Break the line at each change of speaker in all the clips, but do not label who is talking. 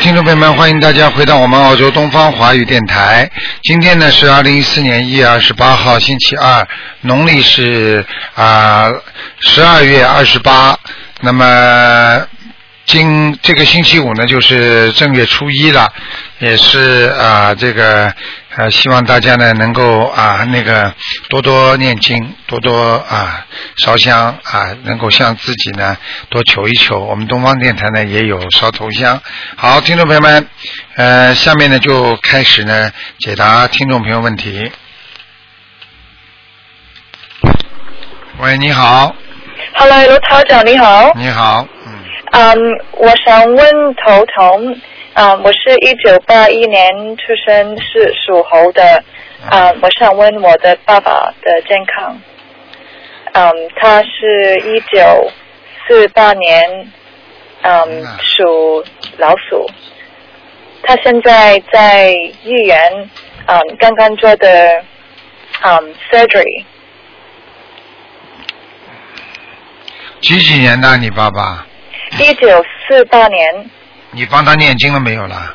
听众朋友们，欢迎大家回到我们澳洲东方华语电台。今天呢是二零一四年一月二十八号，星期二，农历是啊十二月二十八。那么今这个星期五呢，就是正月初一了，也是啊这个呃，希望大家呢能够啊那个多多念经，多多啊烧香啊，能够向自己呢多求一求。我们东方电台呢也有烧头香。好，听众朋友们，呃，下面呢就开始呢解答听众朋友问题。喂，你好，
Hello，卢台长你好。
你好，嗯，
嗯、我想问头疼。嗯、我是一九八一年出生，是属猴的。嗯、我想问我的爸爸的健康。嗯、他是一九四八年，嗯、
啊
属老鼠。他现在在医院，嗯、刚刚做的，嗯、surgery，
几几年的你爸爸？
一九四八年。
你帮他念经了没有啦？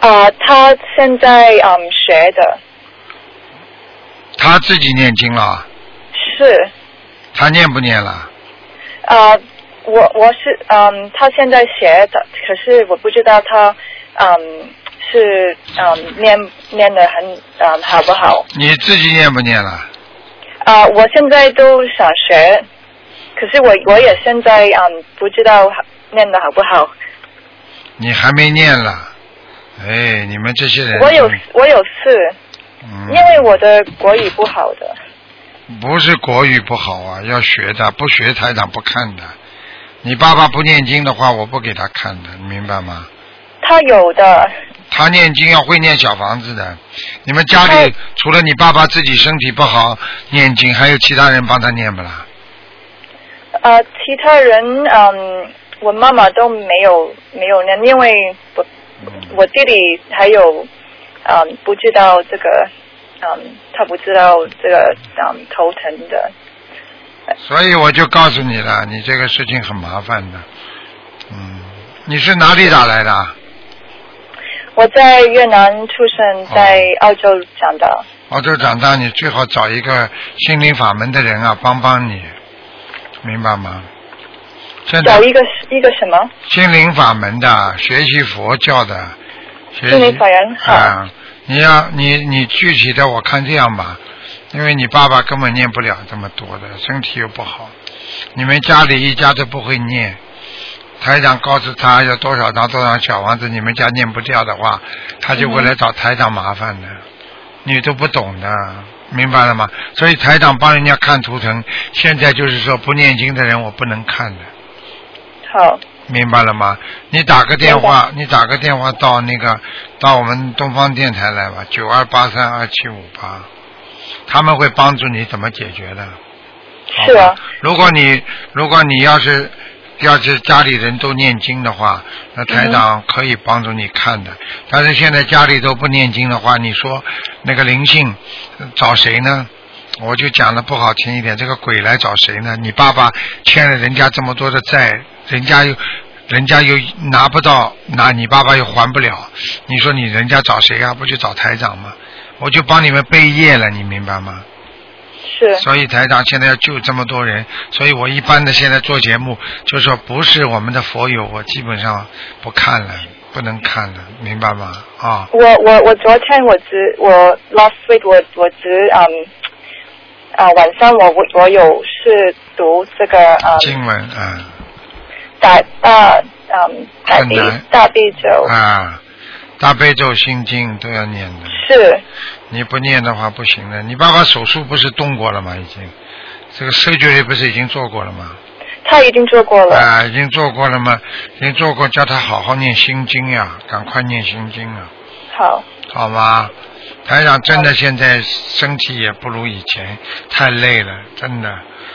啊、他现在嗯学的
他自己念经了，
是
他念不念了？
啊、我我是嗯，他现在学的，可是我不知道他嗯是嗯念念的很嗯好不好
你自己念不念了？
啊、我现在都想学，可是我我也现在嗯不知道念的好不好，
你还没念了？哎，你们这些人，
我有我有事，
嗯，
因为我的国语不好的，
不是国语不好啊，要学的，不学台长不看的。你爸爸不念经的话，我不给他看的，你明白吗？
他有的
他念经要会念小房子的。你们家里
哎
除了你爸爸自己身体不好念经，还有其他人帮他念不啦？
呃，其他人，嗯，我妈妈都没有没有念，因为我我弟弟还有，嗯，不知道这个，嗯，他不知道这个，嗯，头疼的，
所以我就告诉你了，你这个事情很麻烦的。嗯，你是哪里打来的啊？
我在越南出
哦
生，在澳洲长大，
澳洲长大，你最好找一个心灵法门的人啊，帮帮你，明白吗？现
找
在
一个一个什么
心灵法门的，学习佛教的，学习
心灵法人好
啊、你要你你具体的，我看这样吧，因为你爸爸根本念不了这么多的，身体又不好，你们家里一家都不会念。台长告诉他要多少张多少小房子，你们家念不掉的话，他就会来找台长麻烦的。你都不懂的，明白了吗？所以台长帮人家看图腾，现在就是说不念经的人我不能看的。
好，
明白了吗？你打个电话，你打个电话到那个到我们东方电台来吧，九二八三二七五八，他们会帮助你怎么解决的。好吧
是啊，
如果你如果你要是要是家里人都念经的话，那台
嗯
长可以帮助你看的。但是现在家里都不念经的话，你说那个灵性呃找谁呢？我就讲的不好听一点，这个鬼来找谁呢？你爸爸欠了人家这么多的债，人家又人家又拿不到，拿你爸爸又还不了，你说你人家找谁啊？不就找台长吗？我就帮你们背业了，你明白吗？
是
所以台长现在要救这么多人，所以我一般的现在做节目，就说不是我们的佛友，我基本上不看了，不能看了，明白吗？啊、
我我我昨天我只我 last week 我我只嗯啊、晚上我我我有是读这个嗯。
经文啊
大大嗯大
很
地
难
大地酒、
啊，大悲咒、心经都要念的，
是
你不念的话不行的。你爸爸手术不是动过了吗？已经，这个 surgery 不是已经做过了吗？
他已经做过了、
啊，已经做过了吗？已经做过，叫他好好念心经呀、赶快念心经啊。
好
好吗？台长真的现在身体也不如以前，太累了，真的。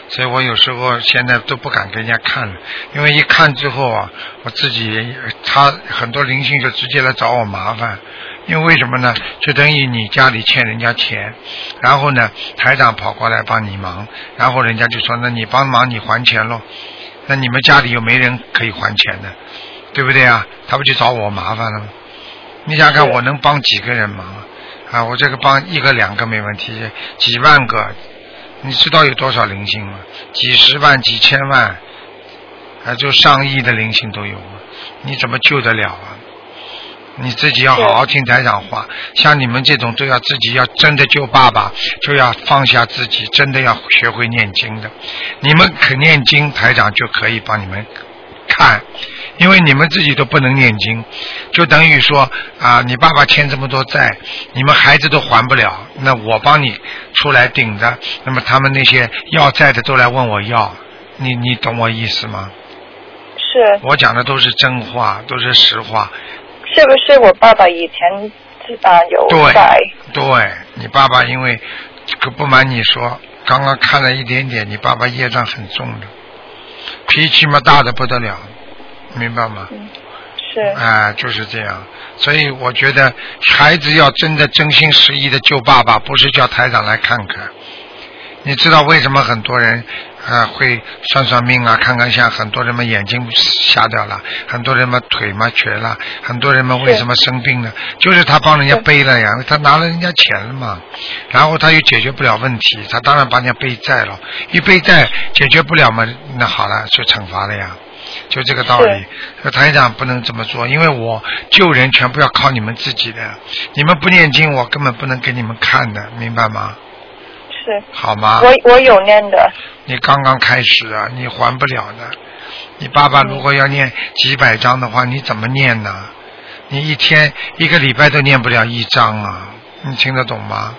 所以我有时候现在都不敢跟人家看了，因为一看之后啊，我自己他很多灵性就直接来找我麻烦，因为为什么呢？就等于你家里欠人家钱，然后呢，台长跑过来帮你忙，然后人家就说，那你帮忙你还钱喽，那你们家里又没人可以还钱的，对不对啊？他不就找我麻烦了吗？你想想看，我能帮几个人忙啊？啊，我这个帮一个两个没问题，几万个，你知道有多少灵性吗？几十万、几千万，啊，就上亿的灵性都有啊，你怎么救得了啊？你自己要好好听台长话，像你们这种都要自己要真的救爸爸，就要放下自己，真的要学会念经的。你们肯念经，台长就可以帮你们看，因为你们自己都不能念经，就等于说啊，你爸爸欠这么多债，你们孩子都还不了，那我帮你出来顶着，那么他们那些要债的都来问我要，你你懂我意思吗？
是。
我讲的都是真话，都是实话。
是不是我爸爸以前啊、呃、有
在？对你爸爸，因为可不瞒你说，刚刚看了一点点，你爸爸业障很重的，脾气嘛大的不得了，明白吗？
嗯、是。
哎、呃，就是这样，所以我觉得孩子要真的真心实意的救爸爸，不是叫台长来看看。你知道为什么很多人啊、呃、会算算命啊，看看相？很多人嘛眼睛瞎掉了，很多人嘛腿嘛瘸了，很多人嘛为什么生病呢？就是他帮人家背了呀，他拿了人家钱了嘛，然后他又解决不了问题，他当然帮人家背债了。一背债解决不了嘛，那好了就惩罚了呀，就这个道理。台长不能这么做，因为我救人全部要靠你们自己的，你们不念经，我根本不能给你们看的，明白吗？
是
好吗？
我我有念的。
你刚刚开始啊，你还不了的。你爸爸如果要念几百章的话，你怎么念呢？你一天一个礼拜都念不了一章啊！你听得懂吗？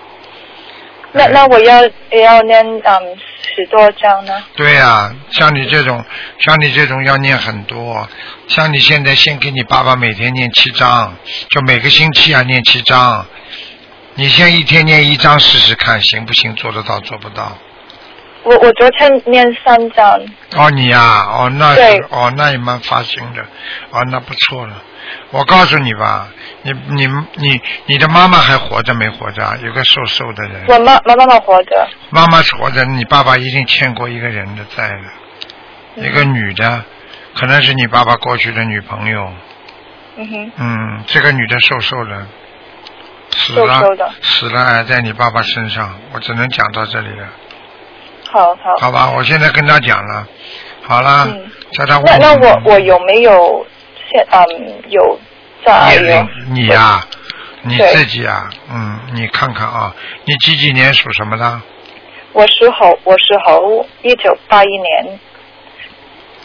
那那我要也要念嗯十多章呢。
对呀、啊，像你这种，像你这种要念很多。像你现在先给你爸爸每天念七章，就每个星期啊念七章。你先一天念一章试试看，行不行？做得到做不到？
我我昨天念三章。
哦，你呀、啊，哦那是，哦那也蛮发心的，哦那不错了。我告诉你吧，你你你你的妈妈还活着没活着、啊？有个瘦瘦的人。
我妈妈妈妈活着。
妈妈活着，你爸爸一定欠过一个人的债的，嗯、一个女的，可能是你爸爸过去的女朋友。
嗯哼。
嗯，这个女的瘦瘦的。死
了，收收
死了，哎，在你爸爸身上，我只能讲到这里了。
好好。
好吧，我现在跟他讲了，好啦，嗯、叫他
那那我我有没有现嗯有在
你呀、啊，你自己啊，嗯，你看看啊，你几几年属什么的？
我属猴，我属猴，一九八一年。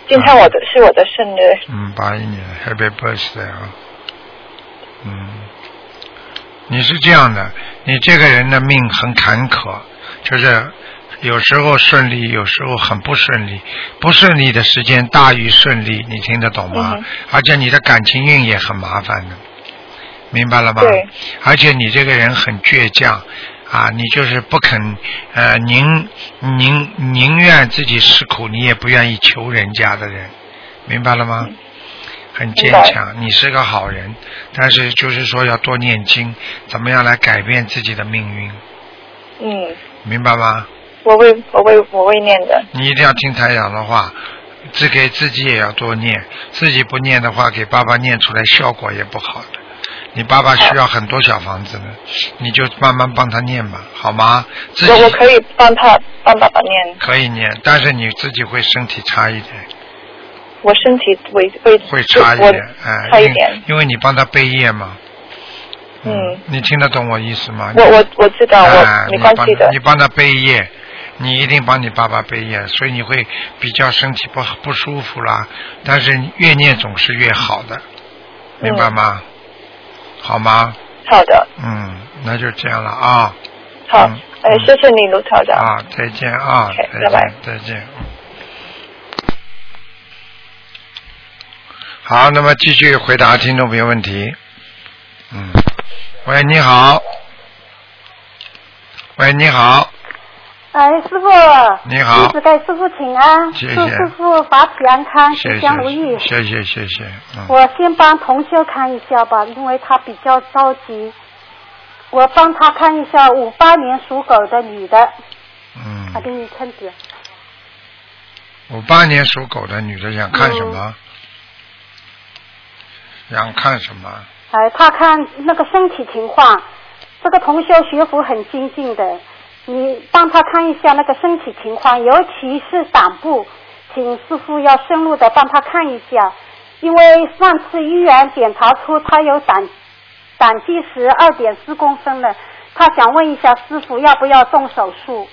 今天我的、啊、是我的生日。
嗯，八一年，Happy Birthday 啊！嗯。你是这样的，你这个人的命很坎坷，就是有时候顺利，有时候很不顺利。不顺利的时间大于顺利，你听得懂吗？
嗯、
而且你的感情运也很麻烦的，明白了吗？而且你这个人很倔强啊，你就是不肯呃，宁宁宁愿自己吃苦，你也不愿意求人家的人，明白了吗？
嗯
很坚强，你是个好人，但是就是说要多念经，怎么样来改变自己的命运？
嗯，
明白吗？
我会，我会，我会念的。
你一定要听台长的话，自给自己也要多念，自己不念的话，给爸爸念出来效果也不好的。你爸爸需要很多小房子呢，你就慢慢帮他念吧，好吗？自己
我我可以帮他帮爸爸念。
可以念，但是你自己会身体差一点。
我身体会会
会差一点，哎，
差一点，
因为你帮他背业嘛。
嗯。
你听得懂我意思吗？哎
我我我知道，我没关系的。
你帮他背业，你一定帮你爸爸背业，所以你会比较身体不不舒服啦。但是越念总是越好的，
嗯
明白吗？好吗？
好的。
嗯，那就这样了啊。嗯
好，哎，谢谢你，卢厂长。
啊，再见啊，
拜拜，
再见。好，那么继续回答听众朋友问题。嗯，喂，你好。喂，你好。
哎，师傅。
你好。
弟子给师傅请安，
谢
谢祝师傅法体安康，吉祥如意。
谢谢谢谢。嗯、
我先帮同修看一下吧，因为他比较着急。我帮他看一下五八年属狗的女的。
嗯。
我给你看点。
五八年属狗的女的想看什么？
嗯
想看什么？
哎，他看那个身体情况，这个同修学佛很精进的，你帮他看一下那个身体情况，尤其是胆部，请师傅要深入的帮他看一下，因为上次医院检查出他有胆胆结石二点四公分了，他想问一下师傅要不要动手术，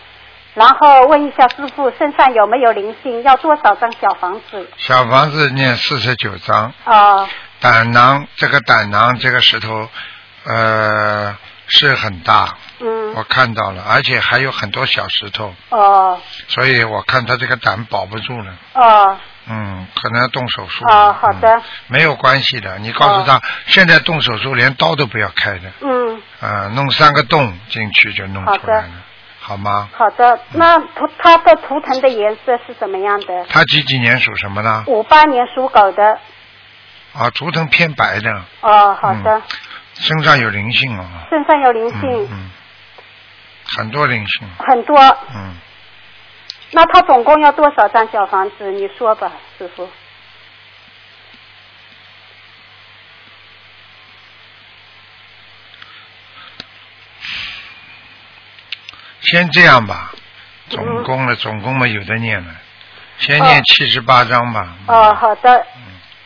然后问一下师傅身上有没有灵性，要多少张小房子？
小房子念四十九章，
啊、
胆囊这个胆囊这个石头，呃，是很大，
嗯，
我看到了，而且还有很多小石头，
哦
所以我看他这个胆保不住了，
哦
啊
嗯，可能要动手术。
哦，好
嗯
的，哦
没有关系的，你告诉他，现在动手术连刀都不要开的，
嗯。
啊、弄三个洞进去就弄出来了，好吗？
好的，那图它的图腾的颜色是什么样的？
他几几年属什么呢？
五八年属狗的。
啊，图腾偏白的，
哦，好的，
身上有灵性哦，
身上有灵
嗯
性、
嗯，很多灵性，
很多，
嗯，
那他总共要多少张小房子？你说吧，师傅。哦
先这样吧，总
嗯
共了，总共嘛有的念了，先念
哦
七十八章吧，
哦，好的，
嗯，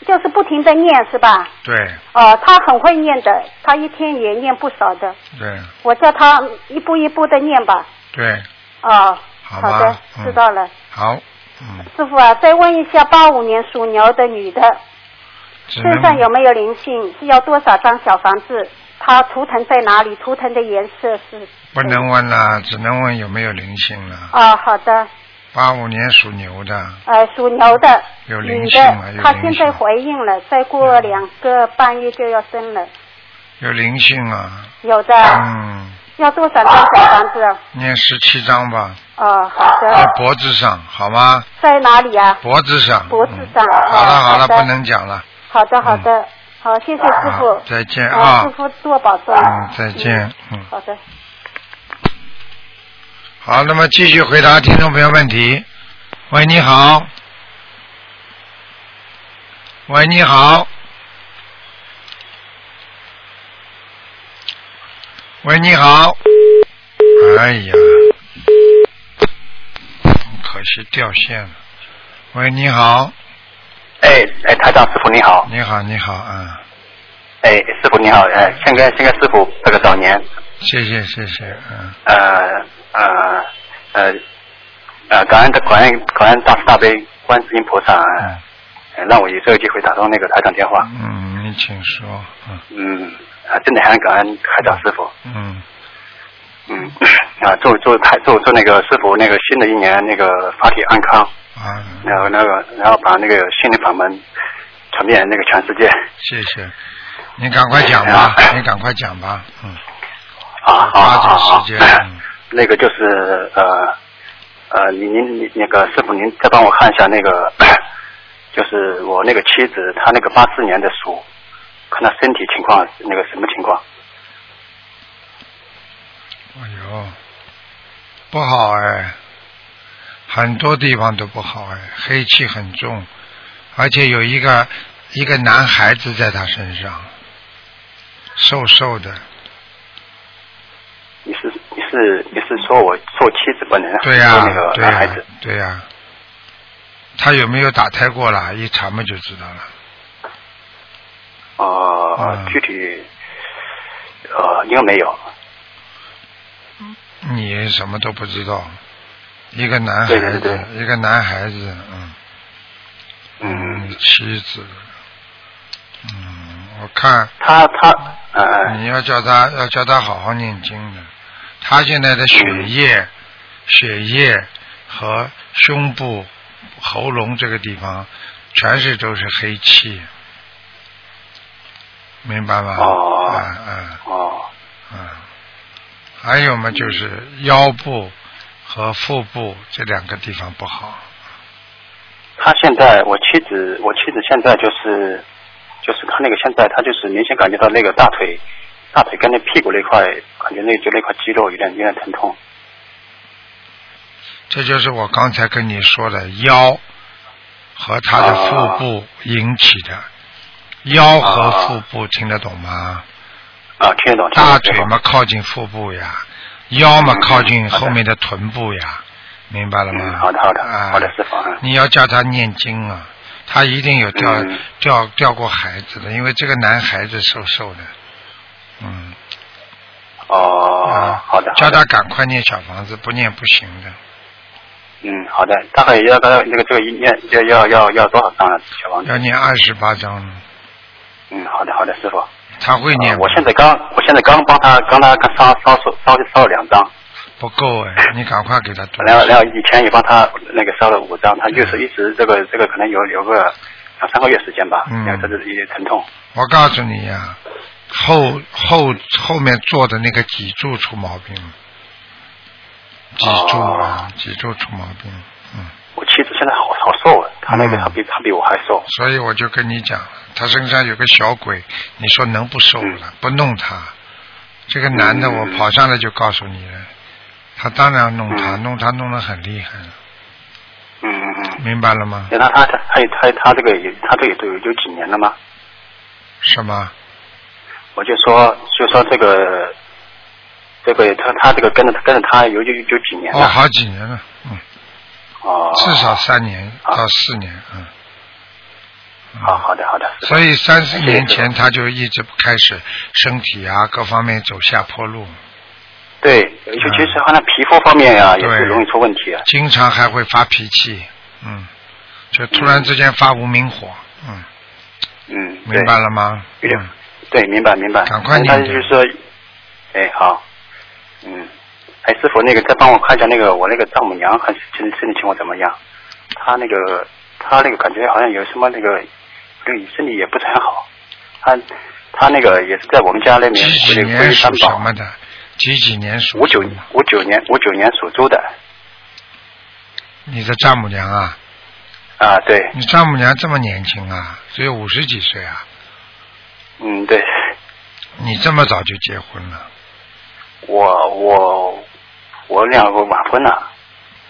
就是不停的念是吧？
对
哦，他很会念的，他一天也念不少的。
对
我叫他一步一步的念吧。
对，
哦，
好
好
吧
的，，
嗯
知道了。
好，嗯，
师傅啊，再问一下，八五年属牛的女的，
只能
身上有没有灵性？是要多少张小房子？它图腾在哪里？图腾的颜色是？
不能问了，只能问有没有灵性了。
啊，好的，
八五年属牛的，
呃，属牛的
有灵
女
性嗯了
的
有，
她
灵
现
性
在怀孕了，再过两个半月就要生了。
有灵性啊，
有的，
嗯，
要多少张小房子？啊
念十七章吧，
哦，好
在
的，
脖子上，好吗？
在哪里啊？
脖子上，
脖子上
嗯好了好
哦
了，
好的
不能讲了，
好的，好的，好，谢谢师
好
傅。
再见
啊，
啊
师，傅多保重。
嗯，再见，嗯，
好的。
好，那么继续回答听众朋友问题。喂，你好。喂，你好。喂，你好。哎呀，可惜掉线了。喂，你好，
哎哎，台长师傅你好，
你好，你好，啊、
哎师傅你好，哎先跟先跟师傅拜个早年，
谢谢，谢谢，嗯，
呃呃呃呃，感恩的感恩感恩大慈大悲观世音菩萨，
嗯
呃让我有这个机会打通那个台长电话，
嗯，你请说，嗯，
嗯，啊真的很感恩台长师傅，
嗯，
嗯啊祝祝台祝祝那个师傅那个新的一年那个法体安康，
啊，
然后那个然后把那个心灵法门传遍那个全世界
谢谢，你赶快讲 吧，你赶快讲吧，嗯。
啊，好
抓
好好
紧
好。
时间。嗯
那个就是呃呃，您您您那个师傅，您再帮我看一下那个， 就是我那个妻子，她那个八四年的鼠，看她身体情况那个什么情况？
哎呦，不好哎，很多地方都不好哎，黑气很重，而且有一个一个男孩子在他身上，瘦瘦的，
你是你是你是说我做妻子本人，
对呀、
还是说那个
对
男
呀、
孩子？
对呀、他有没有打胎过啦？一查嘛就知道了。
呃，
嗯
具体呃应该没有。
你什么都不知道，一个男孩
对
子，
对对
一个男孩子，嗯。
嗯，
妻子，嗯，我看
她她呃
你要叫他要叫他好好念经的，他现在的血液、血液和胸部、喉咙这个地方，全是都是黑气，明白吗？
哦
嗯嗯
哦
嗯，还有嘛，就是腰部和腹部这两个地方不好，
她现在，我妻子，我妻子现在就是，就是她那个现在，她就是明显感觉到那个大腿，大腿跟那屁股那块，感觉那就那块肌肉有点有点疼痛。
这就是我刚才跟
啊
你说的腰和他的腹部引起的，腰和腹部听得懂吗？
啊，听得懂。
大腿嘛靠近腹部呀，腰嘛靠近后面的臀部呀，明白了
嗯，
吗？
好的好的，
啊
好的师傅啊，
你要叫他念经啊，他一定有掉、
嗯
掉掉过孩子的，因为这个男孩子瘦瘦的，嗯，
哦
啊，
好的，
叫
好的
他赶快念小房子，不念不行的。
嗯，好的，大概要要那个这个一念要要要要多少张啊？小王
要念二十八章，
嗯，好的好的，师傅。
他会念
啊
吗、
我现在刚，我现在刚帮他，刚他刚烧烧烧烧了两张，
不够哎，你赶快给他读。
然后然后以前也帮他那个烧了五张，他就是一直这个这个可能有有个两三个月时间吧，
嗯
然后他就是一直疼痛。
我告诉你呀、后后后面坐的那个脊柱出毛病了，脊柱啊，脊柱出毛病，嗯，
哦我妻子现在好好瘦啊，她那个
嗯
她比她比我还瘦。
所以我就跟你讲，他身上有个小鬼，你说能不瘦了？不弄他，这个男的
嗯
我跑上来就告诉你了，他当然弄他，
嗯
弄他弄得很厉害了，
嗯嗯嗯。
明白了吗？
那他他他他他这个也他这个都有有几年了吗？
什么？
我就说就说这个这个他他这个跟着跟着他有有有几年
哦，
了？
好几年了，嗯，
哦，
至少三年
啊
到四年，嗯。
好好的好的。
所以三四年
谢谢
前他就一直开始身体啊各方面走下坡路，
对，尤其是好像皮肤方面呀、也
嗯对
是容易出问题啊。
经常还会发脾气，嗯，就突然之间发无名火，嗯，
嗯，对
明白了吗？
有点
嗯，
对，明白明白。
赶快
但
念
是
经
就是说，哎，好，嗯，哎，师傅，那个再帮我看一下那个我那个丈母娘，看身身体情况怎么样？她那个她那个感觉好像有什么那个，那个身体也不是很好。她她那个也是在我们家那边
几几
归
年
归三
属什
宝，
么的？几几年属
五九
什么的
五九年五九年属猪的
你的丈母娘啊？
啊，对，
你丈母娘这么年轻啊？只有五十几岁啊？
嗯，对，
你这么早就结婚了？
我我我两个晚婚了。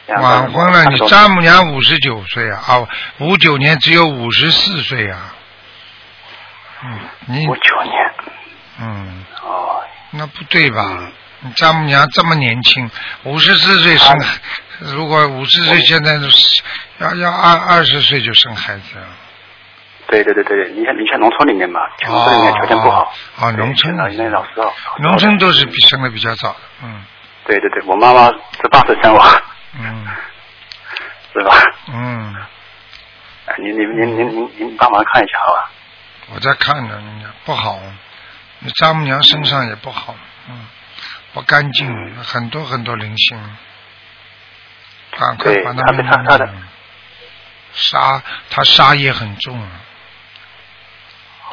两个
晚婚了，
差
你
不多
丈母娘五十九岁啊，啊，五九年只有五十四岁啊，嗯，你
五九年，
嗯，
哦，
那不对吧？你丈母娘这么年轻，五十四岁生，
啊
如果五十岁现在就是要要二二十岁就生孩子了，
对对对对，你像你像农村里面嘛，农村里面条件不好
哦，哦，农村
啊，那老师哦，
农村都是比生的比较早的，嗯
对对对，我妈妈是八岁生我，
嗯
是吧？
嗯，
哎您您您您您您帮忙看一下好吧？
我在看着你不好，你丈母娘身上也不好，嗯，不干净，
嗯
很多很多灵性，赶快
对
把
她
它
被
们
她她的
杀，他杀业很重啊，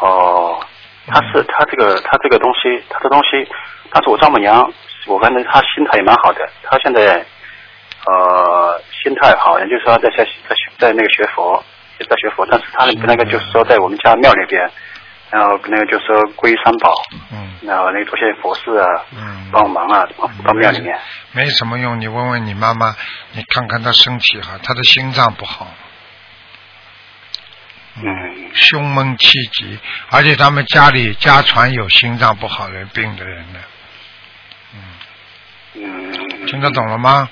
哦，他
嗯
是他这个他这个东西，他这东西，但是我丈母娘，我看着她心态也蛮好的，她现在呃心态好，也就是说在在在在那个学佛，也在学佛，但是她那个那个就是说在我们家庙那边，然后那个就是说皈依三宝，
嗯
然后那个做些佛事啊，
嗯，
帮忙啊，帮帮庙里面。
没什么用，你问问你妈妈，你看看她身体哈，她的心脏不好，
嗯，
胸闷气急，而且他们家里家传有心脏不好的病的人的，
嗯，
听得懂了吗？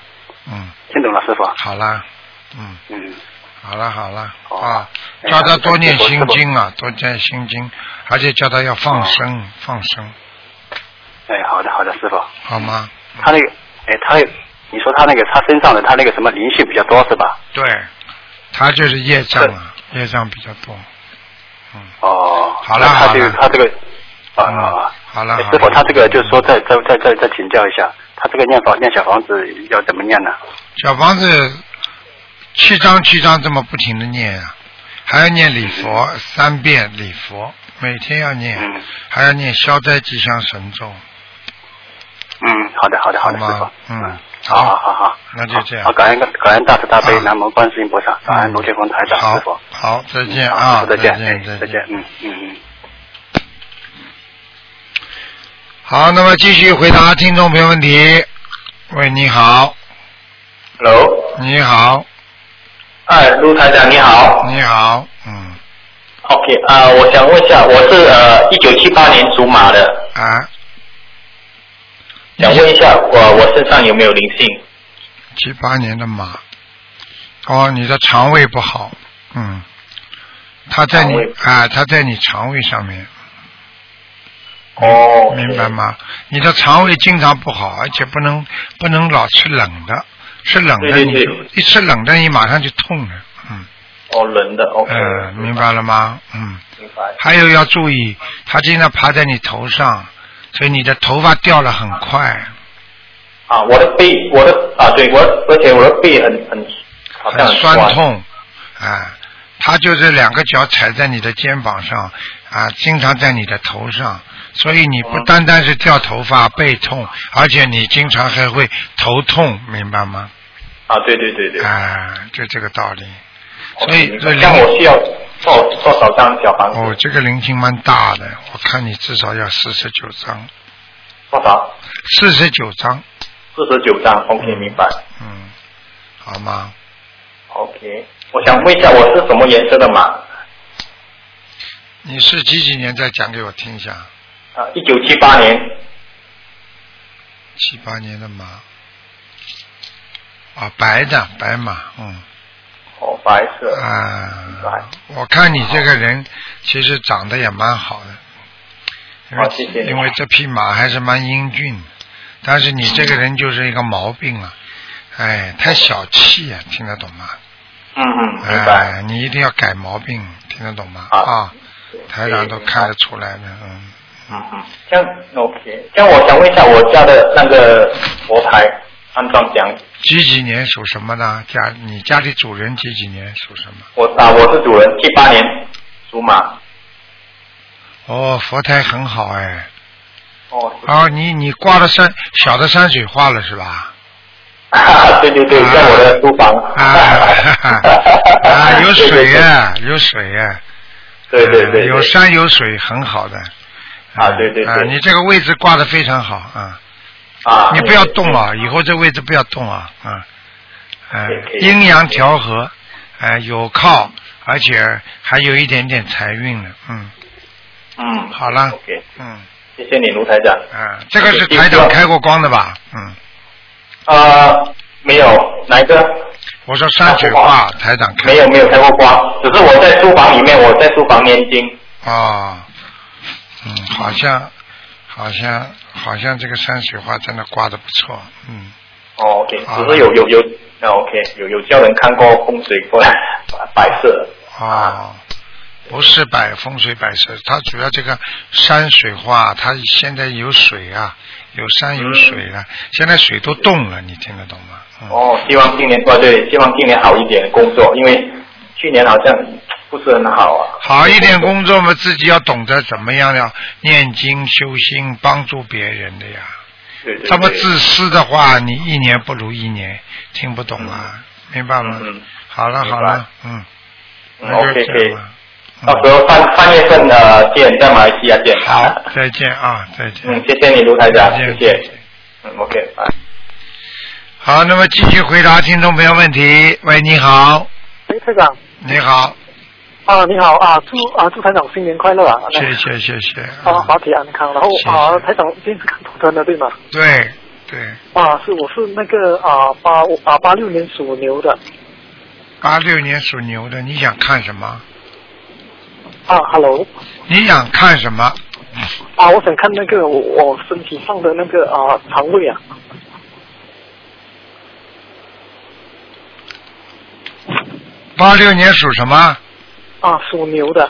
嗯，
听懂了，师傅。
好啦，嗯。
嗯，
好了好了
哦
啊，
哎
叫
呀
他多念
师傅
心经啊，多念心经，而且叫他要放
哦
生，放生，
哎，好的，好的，师傅。
好吗？
他那个，哎，他，你说他那个，他身上的他那个什么灵性比较多是吧？
对，他就是业障啊，业障比较多。
哦，
好了
那他
好
这
了
个他这个，啊
嗯
啊，
好了
哎
好
师傅，
了
他这个就是说再再再再再请教一下，他这个念法念小房子要怎么念呢？
小房子七章七章这么不停的念啊，还要念礼佛三遍礼佛，每天要念，
嗯
还要念消灾吉祥神咒，
嗯，好的好的好的，师
好
傅
吗，嗯
好
好
好好好，
那就这样
好，感恩感恩大慈大悲
好嗯
南无观世音菩萨，感恩卢天峰台长师傅
好。，好，再
嗯
见
好
啊，
师傅再见，
再见，
哎再见，嗯嗯嗯。
好，那么继续回答听众朋友问题。喂，你好，
Hello，
你好，
哎，陆台长你好，
你好，嗯，
OK 啊、我想问一下，我是呃一九七八年属马的，
啊，
想问一下我我身上有没有灵性？
七八年的马，哦，你的肠胃不好，嗯，它在你
肠胃
啊，它在你肠胃上面，嗯
哦，
明白？吗？你的肠胃经常不好，而且不能不能老吃冷的，吃冷的
对对
你就
对
一吃冷的你马上就痛了，嗯，
哦，人的 OK，、
呃，明白了吗？嗯，
明白。
还有要注意，它经常爬在你头上，所以你的头发掉了很快，
啊，我的背，我的啊，对我，而且我的背很很好像
很
酸
酸痛，啊，它就是两个脚踩在你的肩膀上，啊，经常在你的头上，所以你不
哦
单单是掉头发、背痛，而且你经常还会头痛，明白吗？
啊，对对对对。
啊，就这个道理。所
OK，
以
明白
这灵
像我需要多多少张小房子？
哦，这个灵性蛮大的，我看你至少要四十九张，
多少？
四十九张，
四十九张。OK，明白。
嗯，好吗？
OK，我想问一下，我是什么颜色的马？
你是几几年？再讲给我听一下。
啊，一九七八年。
七八年的马，啊，白的白马，嗯
哦，白色。白
啊，我看你这个人其实长得也蛮好的，因为、
好谢谢你
因为这匹马还是蛮英俊，但是你这个人就是一个毛病啊，哎，太小气啊，听得懂吗？
嗯嗯，明白。
哎，你一定要改毛病，听得懂吗？
好
啊，台长都
对
看得出来的，嗯，
嗯嗯，这样 OK。这样我想问一下，我家的那个佛台安装讲，
几几年属什么呢？家你家里主人几几年属什么？
我啊，我是主人，七八年属马。
哦，佛台很好哎。
哦，
哦，你你挂了山小的山水画了是吧？
对对对，在我的书房。
啊 啊，有水呀、 有水呀、
对对对对，对
有山有水，很好的。
啊对对对
啊，你这个位置挂的非常好啊！
啊，
你不要动啊，以后这位置不要动啊啊！哎、
可以可以
阴阳调和，哎、有靠，而且还有一点点财运呢。嗯，
嗯，
好了，
OK，
嗯
谢谢你卢台长。
啊，这个是台长开过光的吧？嗯，
啊，没有哪一个？
我说山水画，台长开
没有没有开过光，只是我在书房里面，我在书房念经。
啊，嗯，好像，好像，好像这个山水画真的挂的不错，嗯，
哦，OK，
啊
只是有有有，那 OK，有有叫人看过风水过来 摆设。
哦，不是摆风水摆设，它主要这个山水画，它现在有水啊，有山有水了、现在水都动了，你听得懂吗？嗯、
哦，希望今年哦对，希望今年好一点工作，因为去年好像不是很好啊。
好一点工作嘛，自己要懂得怎么样要念经修心，帮助别人的呀。
对对对。
这么自私的话，你一年不如一年，听不懂啊，明白吗？
嗯嗯
好了
明白
好了，嗯，
嗯
那就
？OK，
这
可以
样。吧。
到时候三三月份呃见，在马来西亚见。
嗯 好，再见啊，再见。
嗯，谢谢你卢台长
再，见
谢谢。嗯，OK，拜。
好，那么继续回答听众朋友问题。喂，你好，
哎，台长
你好，
啊，你好啊，祝啊祝台长新年快乐啊！
谢谢谢谢。
啊，法体安康。然后
谢谢
啊，台长今天是看图腾的对吗？
对对，
啊，是我是那个啊八我啊八六年属牛的
八六年属牛的，你想看什么？
啊，Hello
你想看什么？
啊，我想看那个我我身体上的那个啊肠胃啊
八六年属什么？
啊属牛的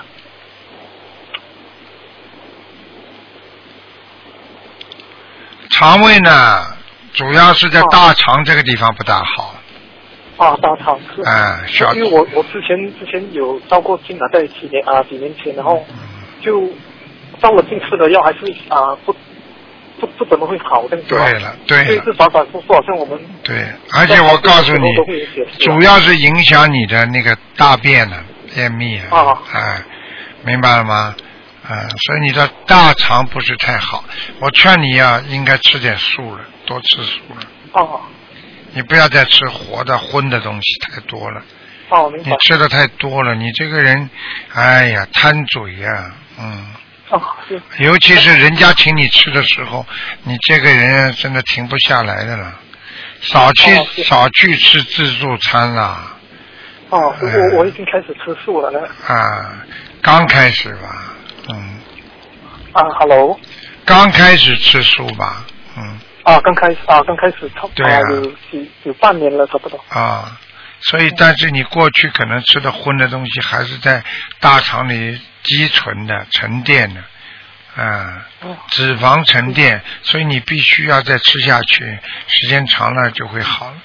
肠胃呢，主要是在
哦
大肠这个地方不大好，
啊大肠是。
哎，小
因为我我之前之前有照过镜啊，在几年啊几年前，然后就照了近吃的药，还是啊不不不怎么会好，这样子
对
啊
了，对
所以
了
是，反反复复，好像我们
对，而且我告诉
都会
你，
有血丝
主要是影响你的那个大便呢、便秘啊，
哦
哎，明白了吗？啊、所以你的大肠不是太好，我劝你呀、应该吃点素了，多吃素了，
哦
你不要再吃活的、荤的东西太多了，
哦，明
你
白。
吃的太多了，你这个人，哎呀，贪嘴呀、嗯，
哦，是
尤其是人家请你吃的时候，你这个人真的停不下来的了。少去、
哦是
少去吃自助餐啦，
哦，
哎
我我已经开始吃素了呢。
啊，刚开始吧，嗯，
啊，Hello，
刚开始吃素吧，嗯
啊，刚开始啊，刚开始差不多
对啊
有有有半年了，差不多。
啊，所以但是你过去可能吃的荤的东西还是在大肠里积存的、沉淀的，啊，
哦
脂肪沉淀，所以你必须要再吃下去，时间长了就会好了。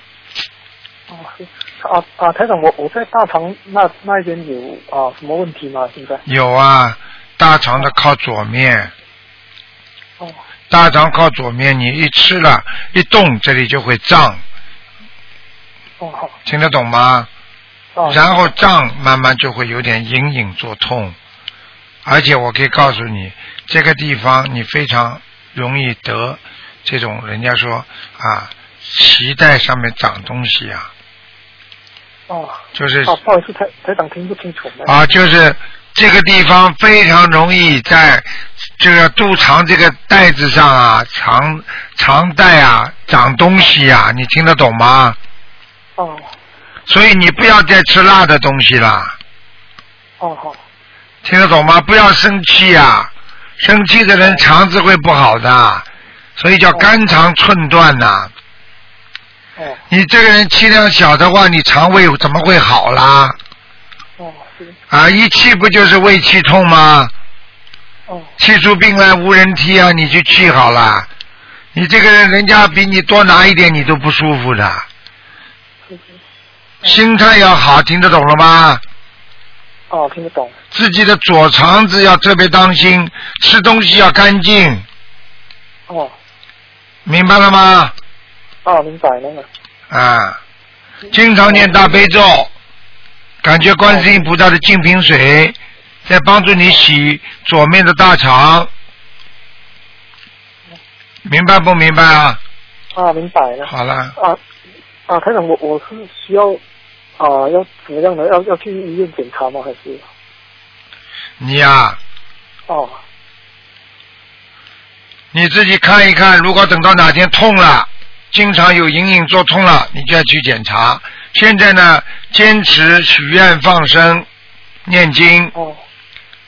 哦，是啊啊，台长，我我在大堂那那边有啊什么问题吗？现在？
有啊，大肠的靠左面，
哦
大肠靠左面，你一吃了，一动这里就会胀，
哦好
听得懂吗？
哦
然后胀慢慢就会有点隐隐作痛，而且我可以告诉你，这个地方你非常容易得这种人家说啊，脐带上面长东西啊，
哦
就是
哦，不好意思，台台长听不清楚呢。
啊，就是这个地方非常容易在这个肚肠这个带子上啊，肠肠带啊长东西啊，你听得懂吗？
哦
所以你不要再吃辣的东西啦，
哦好
听得懂吗？不要生气啊，生气的人肠子会不好的，所以叫肝肠寸断呐、
哦
你这个人气量小的话，你肠胃怎么会好啦？
哦是
啊，一气不就是胃气痛吗？
哦
气出病来无人替啊，你去气好了。你这个人，人家比你多拿一点，你都不舒服的。
是是
心态要好，听得懂了吗？
哦听得懂
自己的左肠子要特别当心，吃东西要干净，
哦
明白了吗？
哦明白那个
啊，经常念大悲咒，感觉观世音菩萨的净瓶水在帮助你洗左面的大肠，明白不明白啊？
啊明白了
好了。
啊啊台长我我是需要啊要怎么样的要要去医院检查吗还是
你呀、
哦
你自己看一看，如果等到哪天痛了，经常有隐隐作痛了，你就要去检查。现在呢，坚持许愿、放生、念经，
哦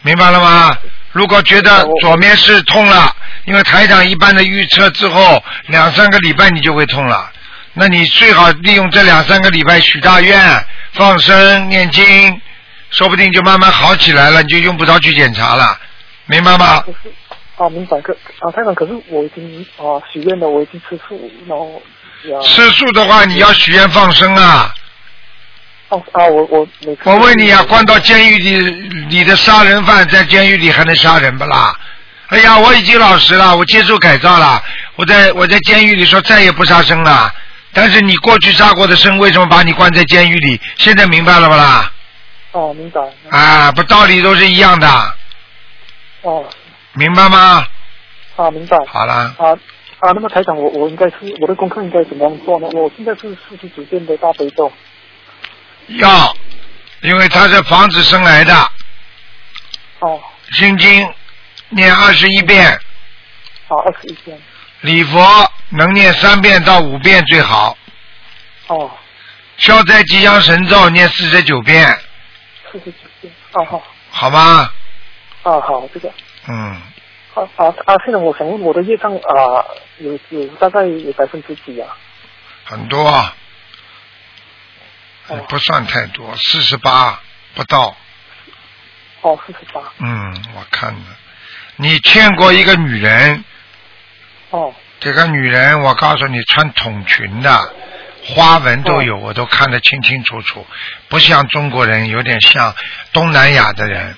明白了吗？如果觉得
哦我
左面是痛了，因为台长一般的预测之后两三个礼拜你就会痛了，那你最好利用这两三个礼拜许大愿、放生、念经，说不定就慢慢好起来了，你就用不着去检查了，明白吗？
可是啊明白可啊台长可是我已经啊许愿了我已经吃素然后呀
吃素的话，你要许愿放生啊！
哦啊我我每次
我问你啊，
嗯
关到监狱里，你的杀人犯在监狱里还能杀人不啦？哎呀，我已经老实了，我接受改造了，我在我在监狱里说再也不杀生了。但是你过去杀过的生，为什么把你关在监狱里？现在明白了不啦？
哦明白
啊，不，道理都是一样的，
哦
明白吗？
啊明白
好啦，
啊啊，那么台长，我我应该是我的功课应该怎么样做呢？我现在是四十九遍的大悲咒。
要，因为它是防止生癌的，
哦，
心经念二十一遍，
好，啊二十一遍。
礼佛能念三遍到五遍最好。
哦，
消灾吉祥神咒念四十九遍，
四十九遍。哦好，
好吗？
啊好，这个
嗯，
啊啊啊！现在我想问我的业障啊，有有大概有百分之几啊？
很多，啊
哦
不算太多，四十八不到。
哦，四十八。
嗯，我看了，你欠过一个女人，
哦
这个女人我告诉你，穿筒裙的，花纹都有，我都看得清清楚楚，不像中国人，有点像东南亚的人。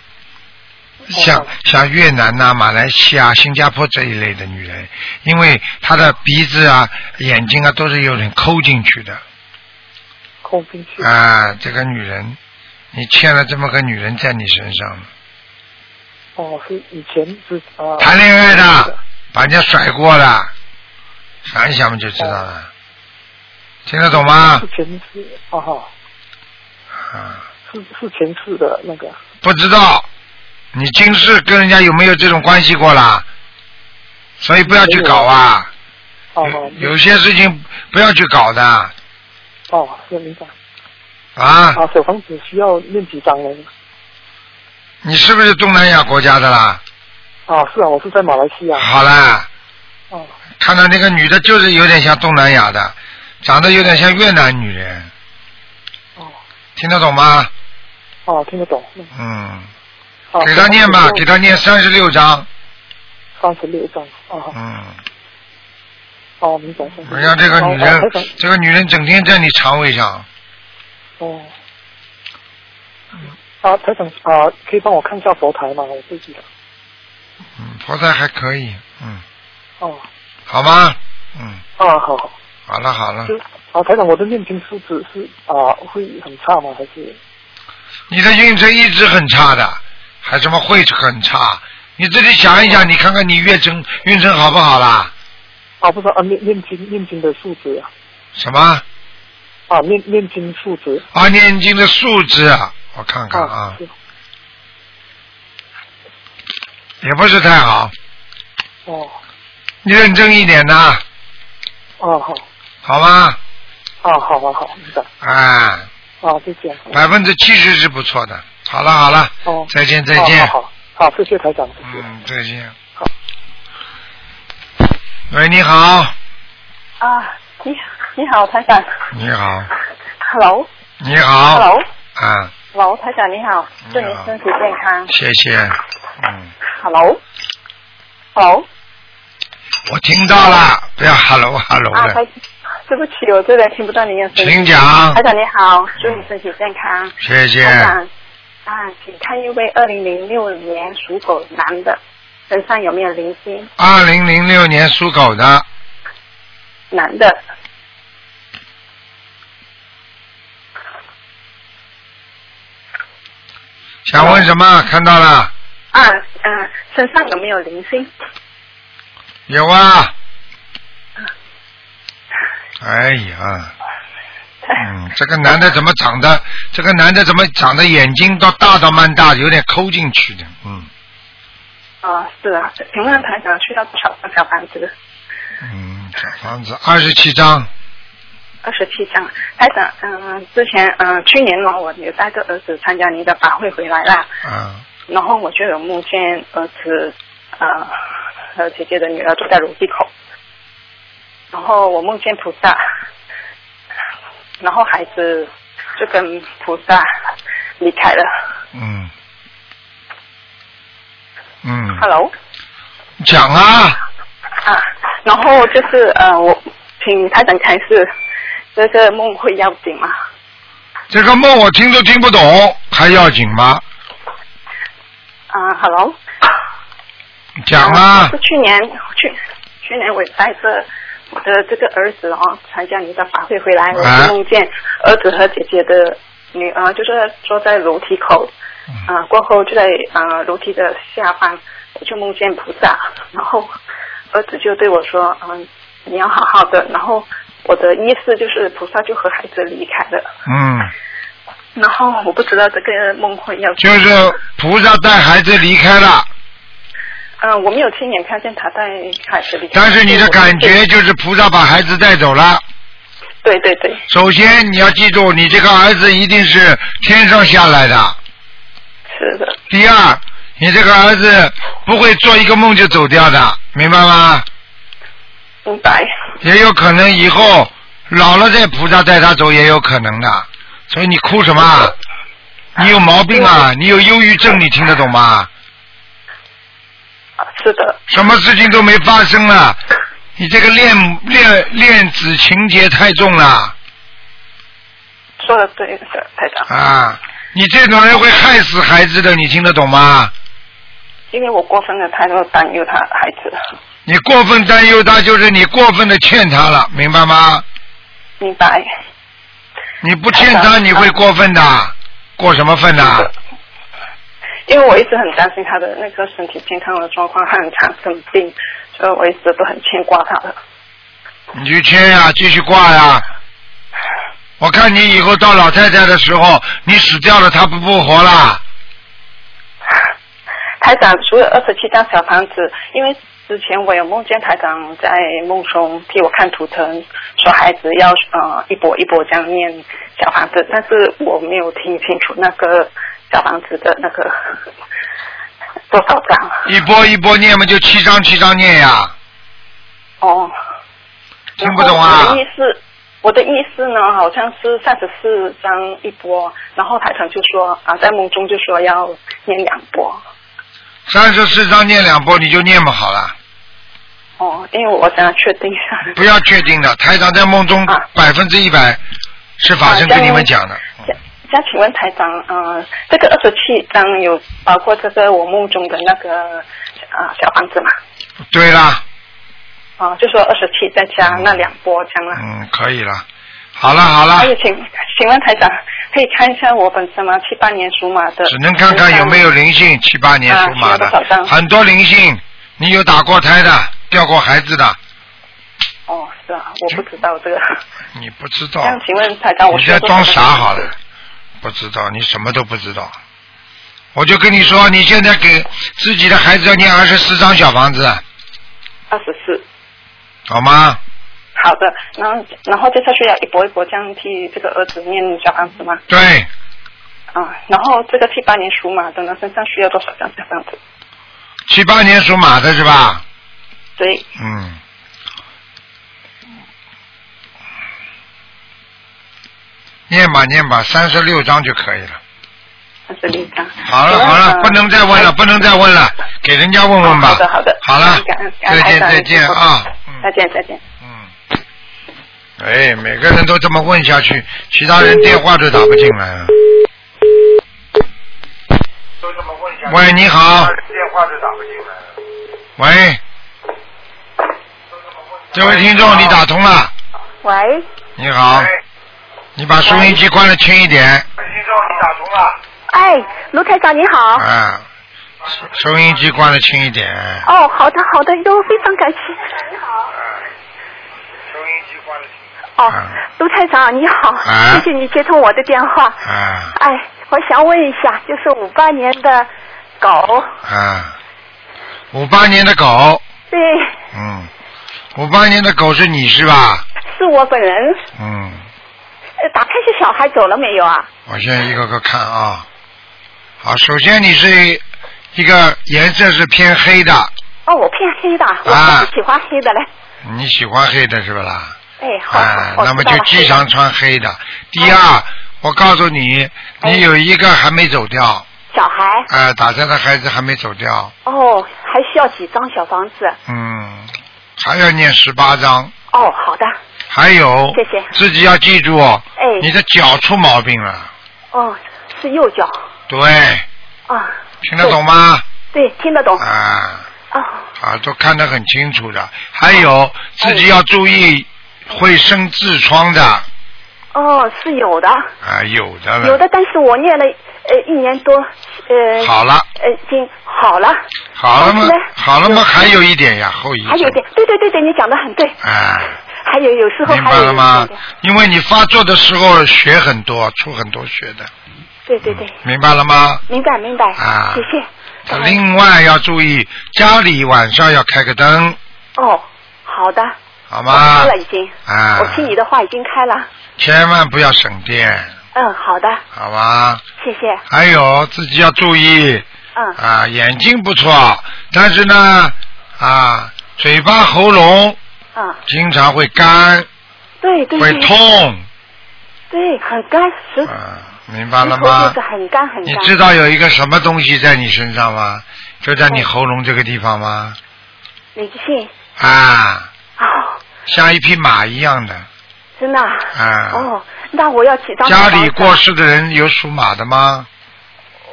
像像越南呐、马来西亚、新加坡这一类的女人，因为她的鼻子啊、眼睛啊都是有点抠进去的，
扣进去。
啊，这个女人，你欠了这么个女人在你身上，
哦，是以前是啊。
谈恋爱的，把人家甩过了，想一想嘛就知道了，听得懂吗
之？前是啊哈。
啊，
是是前世的那个，
不知道你今世跟人家有没有这种关系过啦？所以不要去搞啊，
哦哦
有些事情不要去搞的
哦，是明白。
啊。
啊，小房子需要念几张呢？
你是不是东南亚国家的啦？
啊，是啊，我是在马来西亚。
好啦，
哦
看到那个女的，就是有点像东南亚的，长得有点像越南女人，
哦
听得懂吗？
哦，听得懂。嗯
嗯，
啊
给她念吧，给
他
她念三十六章。
三十六张。哦
嗯，
哦，明白。明白
人家这个女人
哦哦台长，
这个女人整天在你肠胃上，
哦。啊，台长啊，可以帮我看一下佛台吗？我自己的。
嗯，佛台还可以，嗯，
哦，
好吗？嗯，
啊，好好。
好了好了，
就啊，台长，我的念经素质是啊会很差吗？还是
你的运程一直很差的，还什么会很差？你自己想一
嗯
想，你看看你运程运程好不好啦？
啊不是啊念念经念经的素质啊
什么
啊念念经素质
啊？念经的素质啊，我看看
啊
啊，
是
也不是太好，
哦
你认真一点呐，
啊好
好吗？
啊好啊好明白
哎，
啊就这样
百分之七十是不错的。好了好了，
哦
再见再
啊
见。
好好好谢谢台长谢谢
嗯，再见
好。
喂，你好，
啊，你你好，台长。
你好，
Hello，Hello，
你好。啊，
hello, 台长你好，
你好
祝你身体健康。
谢谢。嗯，
Hello，Hello，
我听到了，不要 hello hello
啊，
的，
台，对不起，我这边听不到你的声音。
请讲
台。长你好，祝你身体健康。
谢谢。
台长，啊，请看一位二零零六年属狗男的，身上有没有灵性？
二零零六年属狗的，
男的，
想问什么？看到了，
啊啊，身上有没有灵性？
有啊。哎呀，嗯，这个男的怎么长得？这个男的怎么长得眼睛都大到蛮大，有点抠进去的，嗯。
啊，是啊，请问台长需要多少张小房子？
嗯，小房子二十七张，
二十七张，台长，嗯、之前，嗯、去年呢，我有带着儿子参加您的法会回来啦，
啊，
然后我就有梦见儿子，呃，和姐姐的女儿坐在楼梯口，然后我梦见菩萨，然后孩子就跟菩萨离开了。
嗯，嗯，
Hello，
讲啊，
啊，然后就是呃，我请台长开示，这个梦会要紧吗？
这个梦我听都听不懂，还要紧吗？
啊，Hello。
讲啊
是，去年去去年我带着我的这个儿子哦参加你的法会回来，我
啊
就梦见儿子和姐姐的女儿就是坐在楼梯口，
嗯
啊、过后就在啊、呃楼梯的下方，我就梦见菩萨，然后儿子就对我说，嗯、你要好好的，然后我的意思就是菩萨就和孩子离开了，
嗯，
然后我不知道这个梦会要，
就是菩萨带孩子离开了，
嗯、我没有亲眼看见他带孩子离开，
但是你的感
所以我
觉就是菩萨把孩子带走了。
不是对对对。
首先你要记住，你这个儿子一定是天上下来的。
是的，
第二，你这个儿子不会做一个梦就走掉的，明白吗？
明白。
也有可能以后老了再菩萨带他走也有可能的，所以你哭什么啊？你有毛病啊！
嗯
你有忧郁症，你听得懂吗？
啊是的，
什么事情都没发生了，你这个恋恋恋子情节太重了
说的对，是台长。
啊！你这种人会害死孩子的，你听得懂吗？
因为我过分的太多担忧他孩子，
你过分担忧他，就是你过分的欠他了，明白吗？
明白。
你不欠他，你会过分的，过什么分呐、
是的因为我一直很担心他的那个身体健康的状况，他很常生病，所以我一直都很牵挂他的。
你去签呀、继续挂呀、我看你以后到老太太的时候，你死掉了，她不复活啦。
台长，除了二十七张小房子，因为之前我有梦见台长在梦中替我看图腾，说孩子要呃一波一波这样念小房子，但是我没有听清楚那个小房子的那个 多少张。
一波一波念嘛，就七张七张念呀，
哦，
听不懂啊
我的？意思，我的意思呢，好像是三十四张一波，然后台长就说啊，在梦中就说要念两波。
三十四张念两波，你就念嘛好了，
哦，因为我想要确定一下。
不要确定的。台长在梦中
啊
百分之一百是法身跟你们讲的，
想想请问台长，呃，这个二十七章有包括这个我梦中的那个啊、呃小房子嘛？
对啦，
啊、就说二十七再加那两波这样了。
嗯，可以了，好了好了
还，有请请问台长，可以看一下我本身吗？七八年属马的。
只能看看有没有灵性，七八年属马
啊需要多少
的，
张
很多灵性，你有打过胎的，掉过孩子的，
哦，是啊，我不知道这个。
你不知道
这，样请问台长，我
你
需
在
要
装
多
傻
少张
好了，不知道，你什么都不知道。我就跟你说，你现在给自己的孩子要念二十四张小房子，
二十四。
好吗？
好的，然后然后接下去要一波一波这样替这个儿子念小房子吗？
对，
啊，然后这个七八年属马的呢，身上需要多少张小房子？
七八年属马的是吧？
对，
嗯。念吧念吧，三十六张就可以了。
二十六张。
好了好了，不能再问了，不能再问了，给人家问问吧。
好的好的，
好了
感恩，感
再
恩
见
台长
再见啊。嗯
再见再见。
嗯，哎，每个人都这么问下去，其他人电话都打不进来了。喂，你好。喂，这位听众，你打通了。
喂，
你好，你把收音机关的轻一点。
哎，卢台长你好。
啊，收收音机关的轻一点。
哦，好的好的，都非常感谢。哦
嗯，
卢台长你好，
啊
谢谢你接通我的电话。
啊
哎，我想问一下，就是五八年的狗，
啊，五八年的狗，
对，
嗯，五八年的狗是你是吧？
是我本人。
嗯，
呃打开是小孩走了没有啊？
我现在一个个看啊。好，首先你是一个颜色是偏黑的，
哦，我偏黑的，我
啊
不喜欢黑的嘞。
你喜欢黑的是不啦？
哎，好，
啊，
我
那
知
么
道嗯
就
了。
经常穿黑的。第二，我告诉你，你有一个还没走掉，
小孩，
啊，打胎的孩子还没走掉，
哦，还需要几张小房子？
嗯，还要念十八章。
哦，好的，
还有，
谢谢
自己要记住，哦
哎，
你的脚出毛病了，
哦，是右脚
对，
啊，
听得懂吗？
对，听得懂
啊
哦。
啊，都看得很清楚的。还有自己要注意，会生痔疮的
哦，是有的，
啊，有的了。
有的，但是我念了呃一年多，呃，
好了，
呃，已经好了，
好了吗
但是呢？
好了吗？还有一点呀，后遗症。
还有一点，对对对对，你讲的很对，
啊，
还有有时候
明
还
白
有
了
一
吗
点点？
因为你发作的时候血很多，出很多血的，
对对对，
明白了吗？
明白明白，
嗯啊
谢谢，感恩
另外要注意，家里晚上要开个灯，
哦，好的，
好
我
吗
开？了已经，
啊，
我听你的话已经开了，
千万不要省电，
嗯，好的，
好吧？
谢谢，
还有自己要注意
嗯，
啊，眼睛不错，但是呢，啊，嘴巴喉咙
嗯，
经常会干，
对对
会
对，
痛，
对，很干，舌
啊，明白
舌
了
头就
吗
是？很干很
你
干，
知道有一个什么东西在你身上吗？就在
嗯
你喉咙这个地方吗？
你信
啊，
哦，
像一匹马一样的
真的啊。
啊。
哦，那我要几张？
家里过世的人有属马的吗？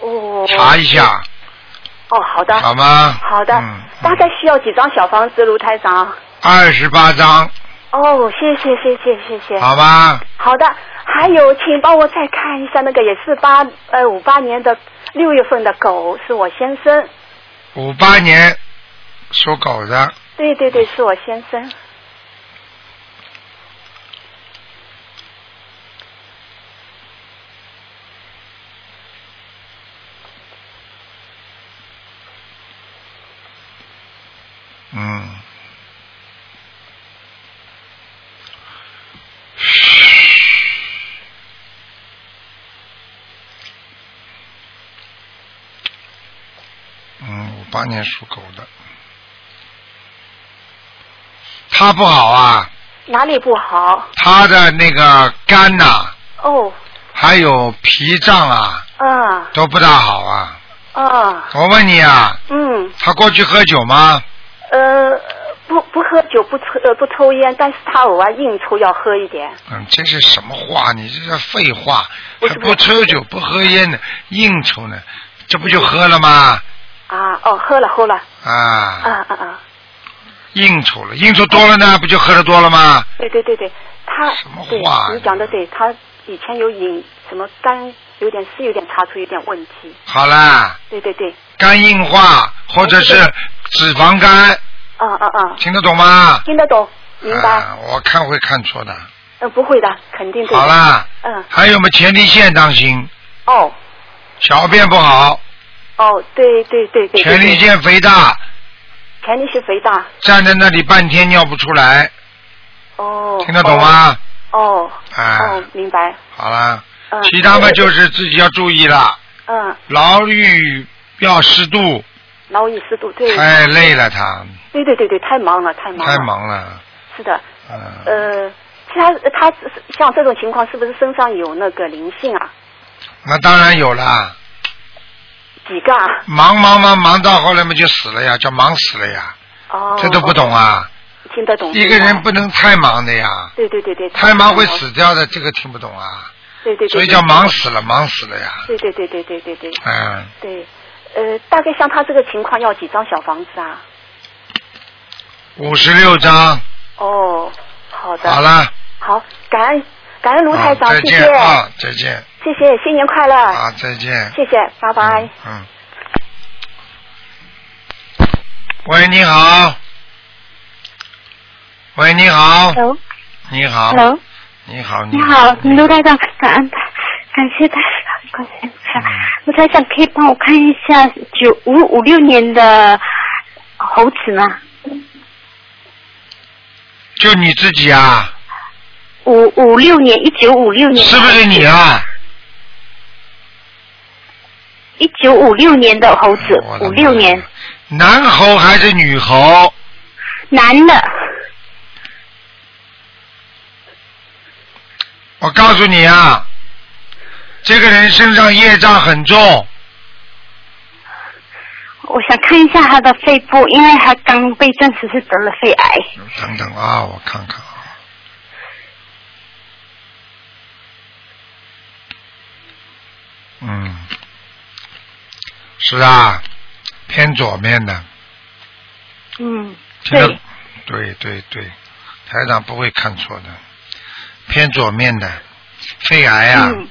哦，
查一。下，
哦，好的，
好吗？
好的
嗯，
大概需要几张小房子，卢台长？
二十八章，
哦，谢谢，谢谢，谢谢。
好吧？
好的，还有，请帮我再看一下那个也是八呃五八年的六月份的狗，是我先生。
五八年属狗的，
对对对，是我先生。
嗯。嗯，五八年属狗的，他不好啊，
哪里不好？
他的那个肝呐、
哦，
还有脾脏啊，
啊
都不大好啊。
啊，
我问你啊，
嗯，
他过去喝酒吗？
呃，不不喝酒，不抽呃不抽烟，但是他偶尔应酬要喝一点。
嗯，这是什么话？你这是废话。
我
他
是不
不抽酒，不喝烟的，应酬呢，这不就喝了吗？
啊，哦，喝了喝了，啊
啊，
啊啊，
应酬了，应酬多了呢，不就喝的多了吗？
对对对对，他对
话
你讲的对，他以前有瘾，什么肝有点是有点查出有点问题，
好啦，
对对对，
肝硬化或者是脂肪肝，
啊啊啊，
听得懂吗？
听得懂，明白，嗯、
啊，我看会看错的。
不会的，肯定对的。
好啦，
嗯，
还有我们前列腺当心，
哦
小便不好，
哦，对对对对，对
前列腺肥，大，
对前列腺肥大，
站在那里半天尿不出来，
哦，
听得懂吗？
哦？哦，
啊，
哦，明白，
好啦，
嗯，
其他嘛就是自己要注意了，
嗯，
劳欲要适度，
劳逸适度，对，嗯
太累了他，
对对对对，太忙了，太忙了，
太忙了，
是的，
嗯，
呃，他他像这种情况，是不是身上有那个灵性啊？
那当然有啦，
几个啊？
忙忙忙忙到后来嘛就死了呀，叫忙死了呀，
哦，嗯
这都不懂啊，
听得懂。
一个
明
人
白
不能太忙的呀，
对对对对，
太忙会死掉的，这个听不懂啊，
对，对对对，
所以叫忙死了，忙死了呀，
对。对对对对对对对
嗯，
对，呃，大概像他这个情况，要几张小房子啊？
五十六章，
哦，好的，
好，了，
好，感恩感恩卢
好
台长，
再
谢谢
见啊，再见
谢谢，新年快乐，
啊，再见。
谢谢，拜拜。
嗯。喂，你好。喂，你好。
Hello，
你好。
Hello
你好，
你
你
好，卢台长，感恩感谢台长，感谢台长。卢台长，可以帮我看一下九五五六年的猴子吗？
就你自己啊？
五五六年，一九五六年。
是不是你？啊？
一九五六年的猴子，五六年，
男猴还是女猴？
男的。
我告诉你啊，这个人身上业障很重，
我想看一下他的肺部，因为他刚被证实是得了肺癌。
等等啊，我看看啊。嗯，是啊，偏左面的，
嗯，
听得
对，
对对对，台长不会看错的，偏左面的肺癌啊，
嗯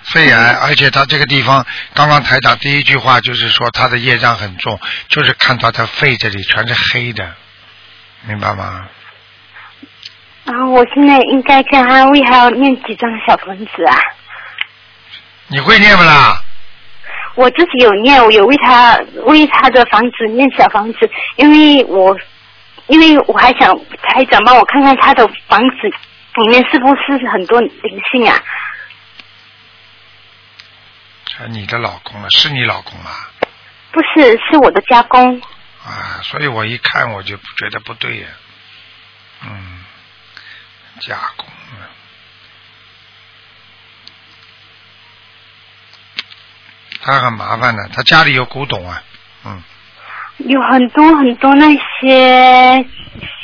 肺癌，而且他这个地方，刚刚台长第一句话就是说他的业障很重，就是看到他肺这里全是黑的，明白吗？
然后我现在应该跟他为他要念几张小房子啊？
你会念不啦？
我自己有念，我有为他为他的房子念小房子，因为我因为我还想台长帮我看看他的房子里面是不是很多灵性啊？
啊你的老公了，是你老公啊？
不是，是我的家公。
啊，所以我一看我就觉得不对呀、嗯，家公啊，他很麻烦的，他家里有古董啊，嗯，
有很多很多那些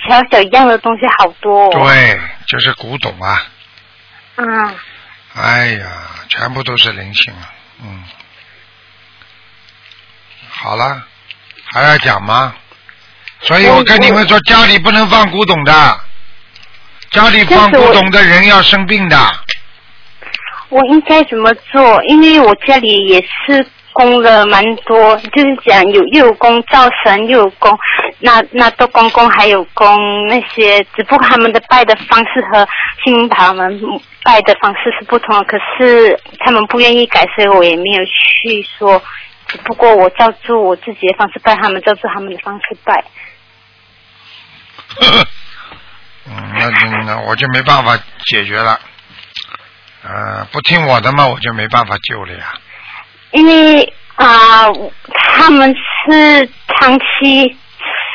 小小一样的东西，好多、哦。。
对，就是古董啊，
嗯，
哎呀，全部都是灵性啊，嗯，好了，还要讲吗？所以我跟你们说，家里不能放古董的，家里放古董的人要生病的。
我应该怎么做？因为我家里也是供了蛮多，就是讲有又有供灶神，又有供那那都公公，还有供那些，只不过他们的拜的方式和信仰堂们拜的方式是不同的，可是他们不愿意改，所以我也没有去说。只不过我照住我自己的方式拜，他们照住他们的方式拜。
嗯，那那那我就没办法解决了。呃，不听我的嘛，我就没办法救了呀。
因为啊、他们是长期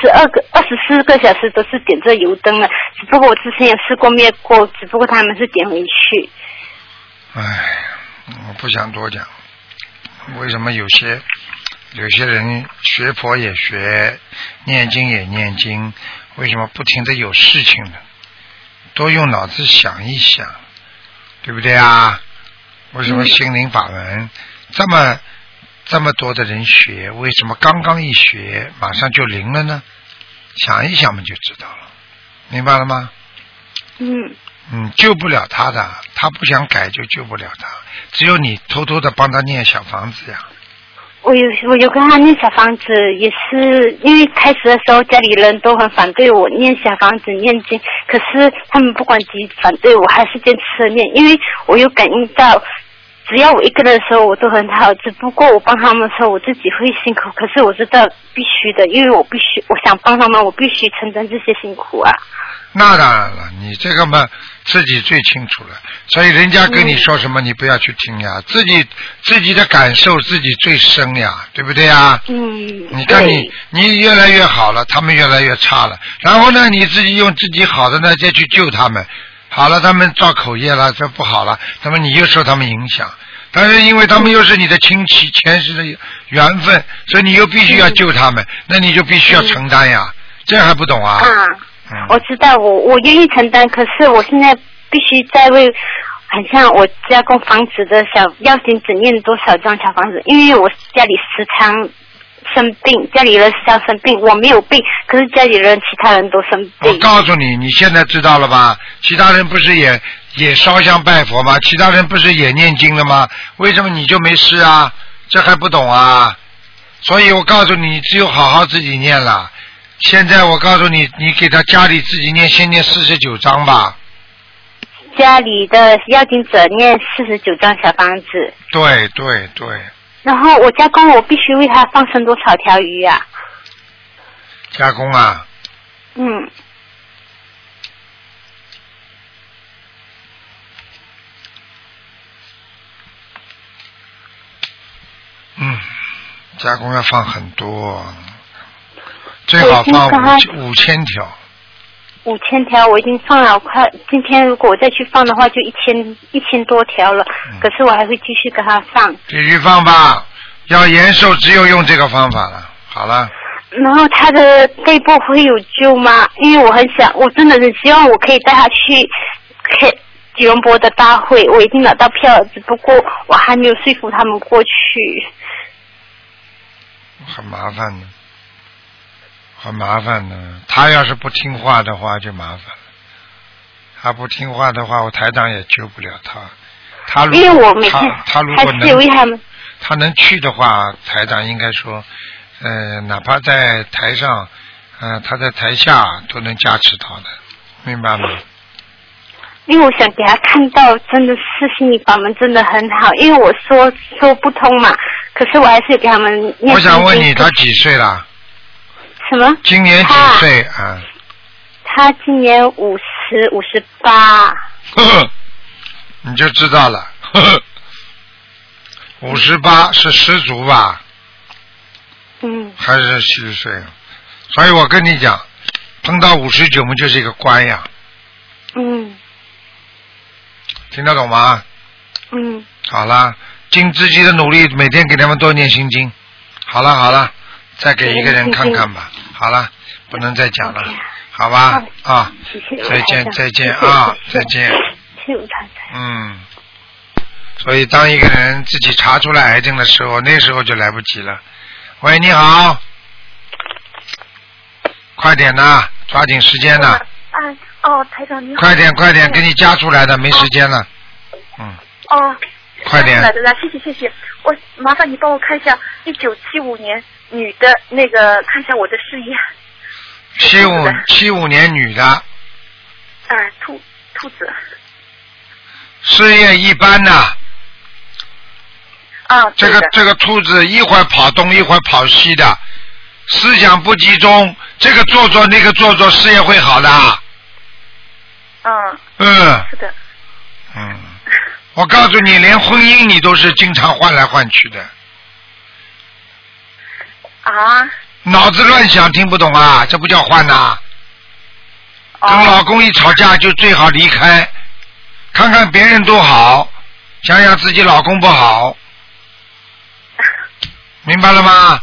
十二个二十四个小时都是点着油灯的，只不过我之前也试过灭过，只不过他们是点回去。
唉，我不想多讲。为什么有些有些人学佛也学，念经也念经，为什么不停的有事情呢？多用脑子想一想，对不对啊？为什么心灵法门这么这么多的人学，为什么刚刚一学马上就灵了呢？想一想嘛就知道了，明白了吗？
嗯
嗯，救不了他的，他不想改就救不了他，只有你偷偷的帮他念小房子呀。
我有我有跟他念小房子，也是因为开始的时候家里人都很反对我念小房子念经，可是他们不管几反对我，还是坚持地念，因为我有感应到，只要我一个人的时候我都很好，只不过我帮他们的时候我自己会辛苦，可是我知道必须的，因为我必须我想帮他们，我必须承担这些辛苦啊。
那当然了，你这个嘛自己最清楚了，所以人家跟你说什么你不要去听呀，自己自己的感受自己最深呀，对不对呀？
嗯，
你看你你越来越好了，他们越来越差了，然后呢你自己用自己好的呢再去救他们，好了他们造口业了，这不好了，那么你又受他们影响。但是因为他们又是你的亲戚，前世的缘分，所以你又必须要救他们，那你就必须要承担呀，这还不懂啊？
啊，我知道，我我愿意承担，可是我现在必须在为，很像我加工房子的小要紧只念多少张小房子，因为我家里时常生病，家里人时常生病，我没有病，可是家里人其他人都生病。
我告诉你，你现在知道了吧？其他人不是也也烧香拜佛吗？其他人不是也念经了吗？为什么你就没事啊？这还不懂啊？所以我告诉你，只有好好自己念了。现在我告诉你，你给他家里自己念，先念四十九章吧。
家里的要紧者念四十九张小房子，
对对对，
然后我加工我必须为他放生多少条鱼啊？
加工啊，
嗯，
嗯，加工要放很多，最好放
我已经
五五千条。
五千条我已经放了快，今天如果我再去放的话，就一千一千多条了。
嗯
可是我还会继续给他放。
继续放吧，要延寿只有用这个方法了。好了，
然后他的背部会有救吗？因为我很想，我真的很希望我可以带他去看吉隆坡的大会，我已经拿到票了，只不过我还没有说服他们过去。
很麻烦的，很麻烦的。他要是不听话的话就麻烦了，他不听话的话，我台长也救不了他。他如
因为我每天
他他如
还
果
是有为他
能
们
他能去的话，台长应该说，呃，哪怕在台上，呃，他在台下都能加持到的，明白吗？
因为我想给他看到，真的是心理法门真的很好。因为我说说不通嘛，可是我还是给他们念。
我想问你，他几岁了？
什么？
今年几
他
岁啊？
他今年五十五十八，
呵呵， 你就知道 了。呵呵，五十八是十足吧，
嗯，
还是虚岁？啊所以我跟你讲，碰到五十九嘛就是一个关呀，
嗯
听得懂吗？
嗯，
好啦，尽自己的努力，每天给他们多念心经。好了好了，再给一个人看看吧。好了，不能再讲了，好吧？啊，
谢谢
再见再见啊，再见。
谢谢吴台长
嗯，所以当一个人自己查出来癌症的时候，那时候就来不及了。喂，你好，快点呐，抓紧时间呐，
啊，哦，台长你好。
嗯快点快点，给你加出来的，没时间了，
哦，
快点
来来来，谢谢谢谢，我麻烦你帮我看一下一九七五年女的那个，看一下我的事业。
七五七五年女的，
啊，
哎
兔兔子
事业一般呐、
啊，
这个
对的
啊
这个兔子一会儿跑东一会儿跑西的，思想不集中，这个做做那个做做，事业会好的。啊
嗯，
嗯
是的，
嗯，我告诉你，连婚姻你都是经常换来换去的，
啊，
脑子乱想，听不懂啊，这不叫换呐、跟老公一吵架就最好离开，看看别人都好，想想自己老公不好，明白了吗？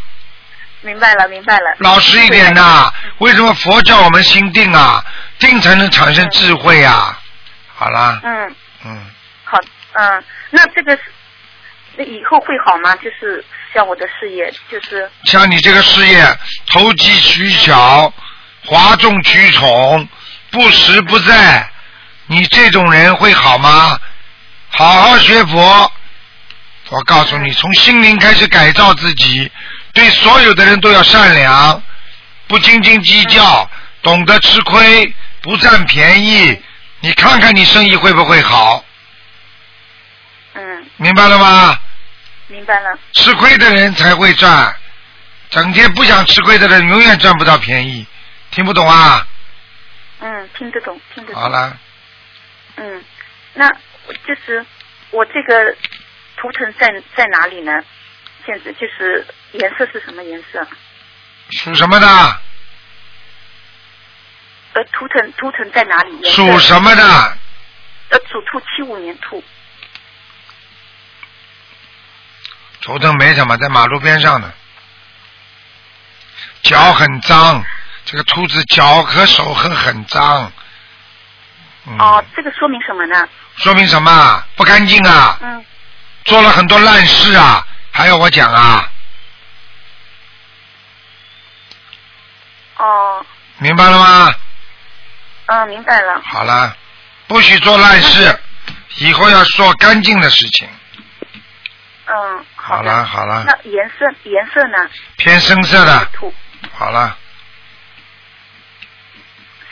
明白了，明白了。
老实一点呐、为什么佛叫我们心定啊？定才能产生智慧啊！好啦，
嗯，
嗯，
好，嗯，那这个是那以后会好吗？就是像我的事业，就是
像你这个事业，投机取巧、哗众取宠、不实不在，你这种人会好吗？好好学佛，我告诉你，从心灵开始改造自己，对所有的人都要善良，不斤斤计较，懂得吃亏，不占便宜。你看看你生意会不会好？
嗯，
明白了吗？
明白了，
吃亏的人才会赚，整天不想吃亏的人永远赚不到便宜。听不懂啊？
嗯，听得懂，听得懂。
好了，
嗯，那我就是我这个图腾在在哪里呢？现在就是颜色是什么颜色？
属什么的？
呃，图腾图腾在哪里？颜色
属什么？的？
呃，属兔，七五年兔。
头疼没什么，在马路边上的。脚很脏，这个兔子脚和手很很脏，
哦，这个说明什么呢？
说明什么啊？嗯不干净啊！
嗯，
做了很多烂事啊！还要我讲啊？
哦，
明白了吗？
嗯，明白了。
好了，不许做烂事，以后要做干净的事情。
嗯，
好了好了，
那颜色颜色呢？
偏深色的，
兔
好了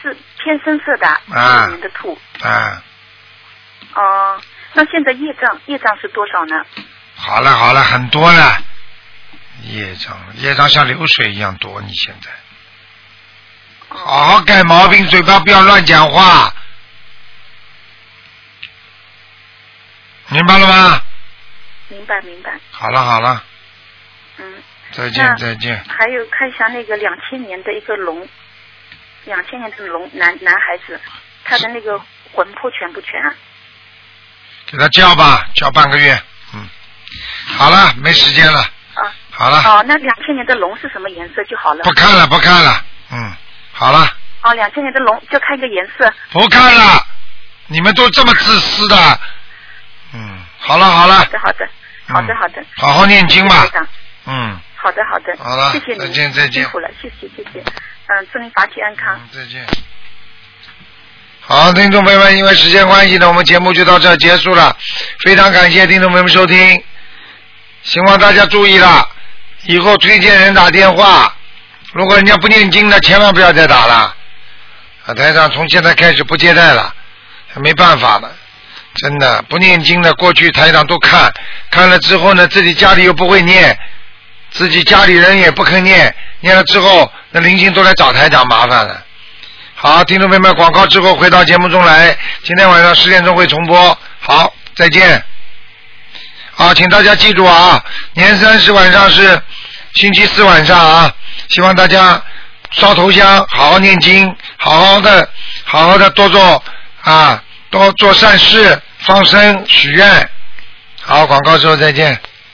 是偏深色的，
啊
七五年的兔。
啊，
哦，那现在业障业障是多少呢？
好了好了，很多了，业障业障像流水一样多，你现在。好好改毛病，嘴巴不要乱讲话，明白了吗？
明白明白，
好了好了，
嗯。
再见
那
再见。
还有看一下那个两千年的一个龙，两千年的龙男男孩子，他的那个魂魄全不全啊？
给他叫吧，叫半个月，嗯，好了，没时间了，
啊，
好了，
哦，那两千年的龙是什么颜色就好了。
不看了不看了，嗯，好了。
哦，两千年的龙就看一个颜色。
不看了，你们都这么自私的。嗯，好了好了
好，的，好的，好的，好的。
好好念经吧
谢谢台长
嗯，
好的，好的。
好了
谢谢您，
再见再见
辛苦了，谢谢，谢谢。嗯，祝您法体安康。
再见。好，听众朋友们，因为时间关系呢，我们节目就到这儿结束了。非常感谢听众朋友们收听，希望大家注意了，以后推荐人打电话，如果人家不念经的，千万不要再打了。啊，台长从现在开始不接待了，没办法了，真的不念经的，过去台长都看，看了之后呢，自己家里又不会念，自己家里人也不肯念，念了之后，那灵性都来找台长麻烦了。好，听众朋友们，广告之后回到节目中来，今天晚上十点钟会重播。好，再见。好，请大家记住啊，年三十晚上是星期四晚上啊，希望大家烧头香，好好念经，好好的，好好的多做啊，多做善事，放生许愿。好，广告之后再见。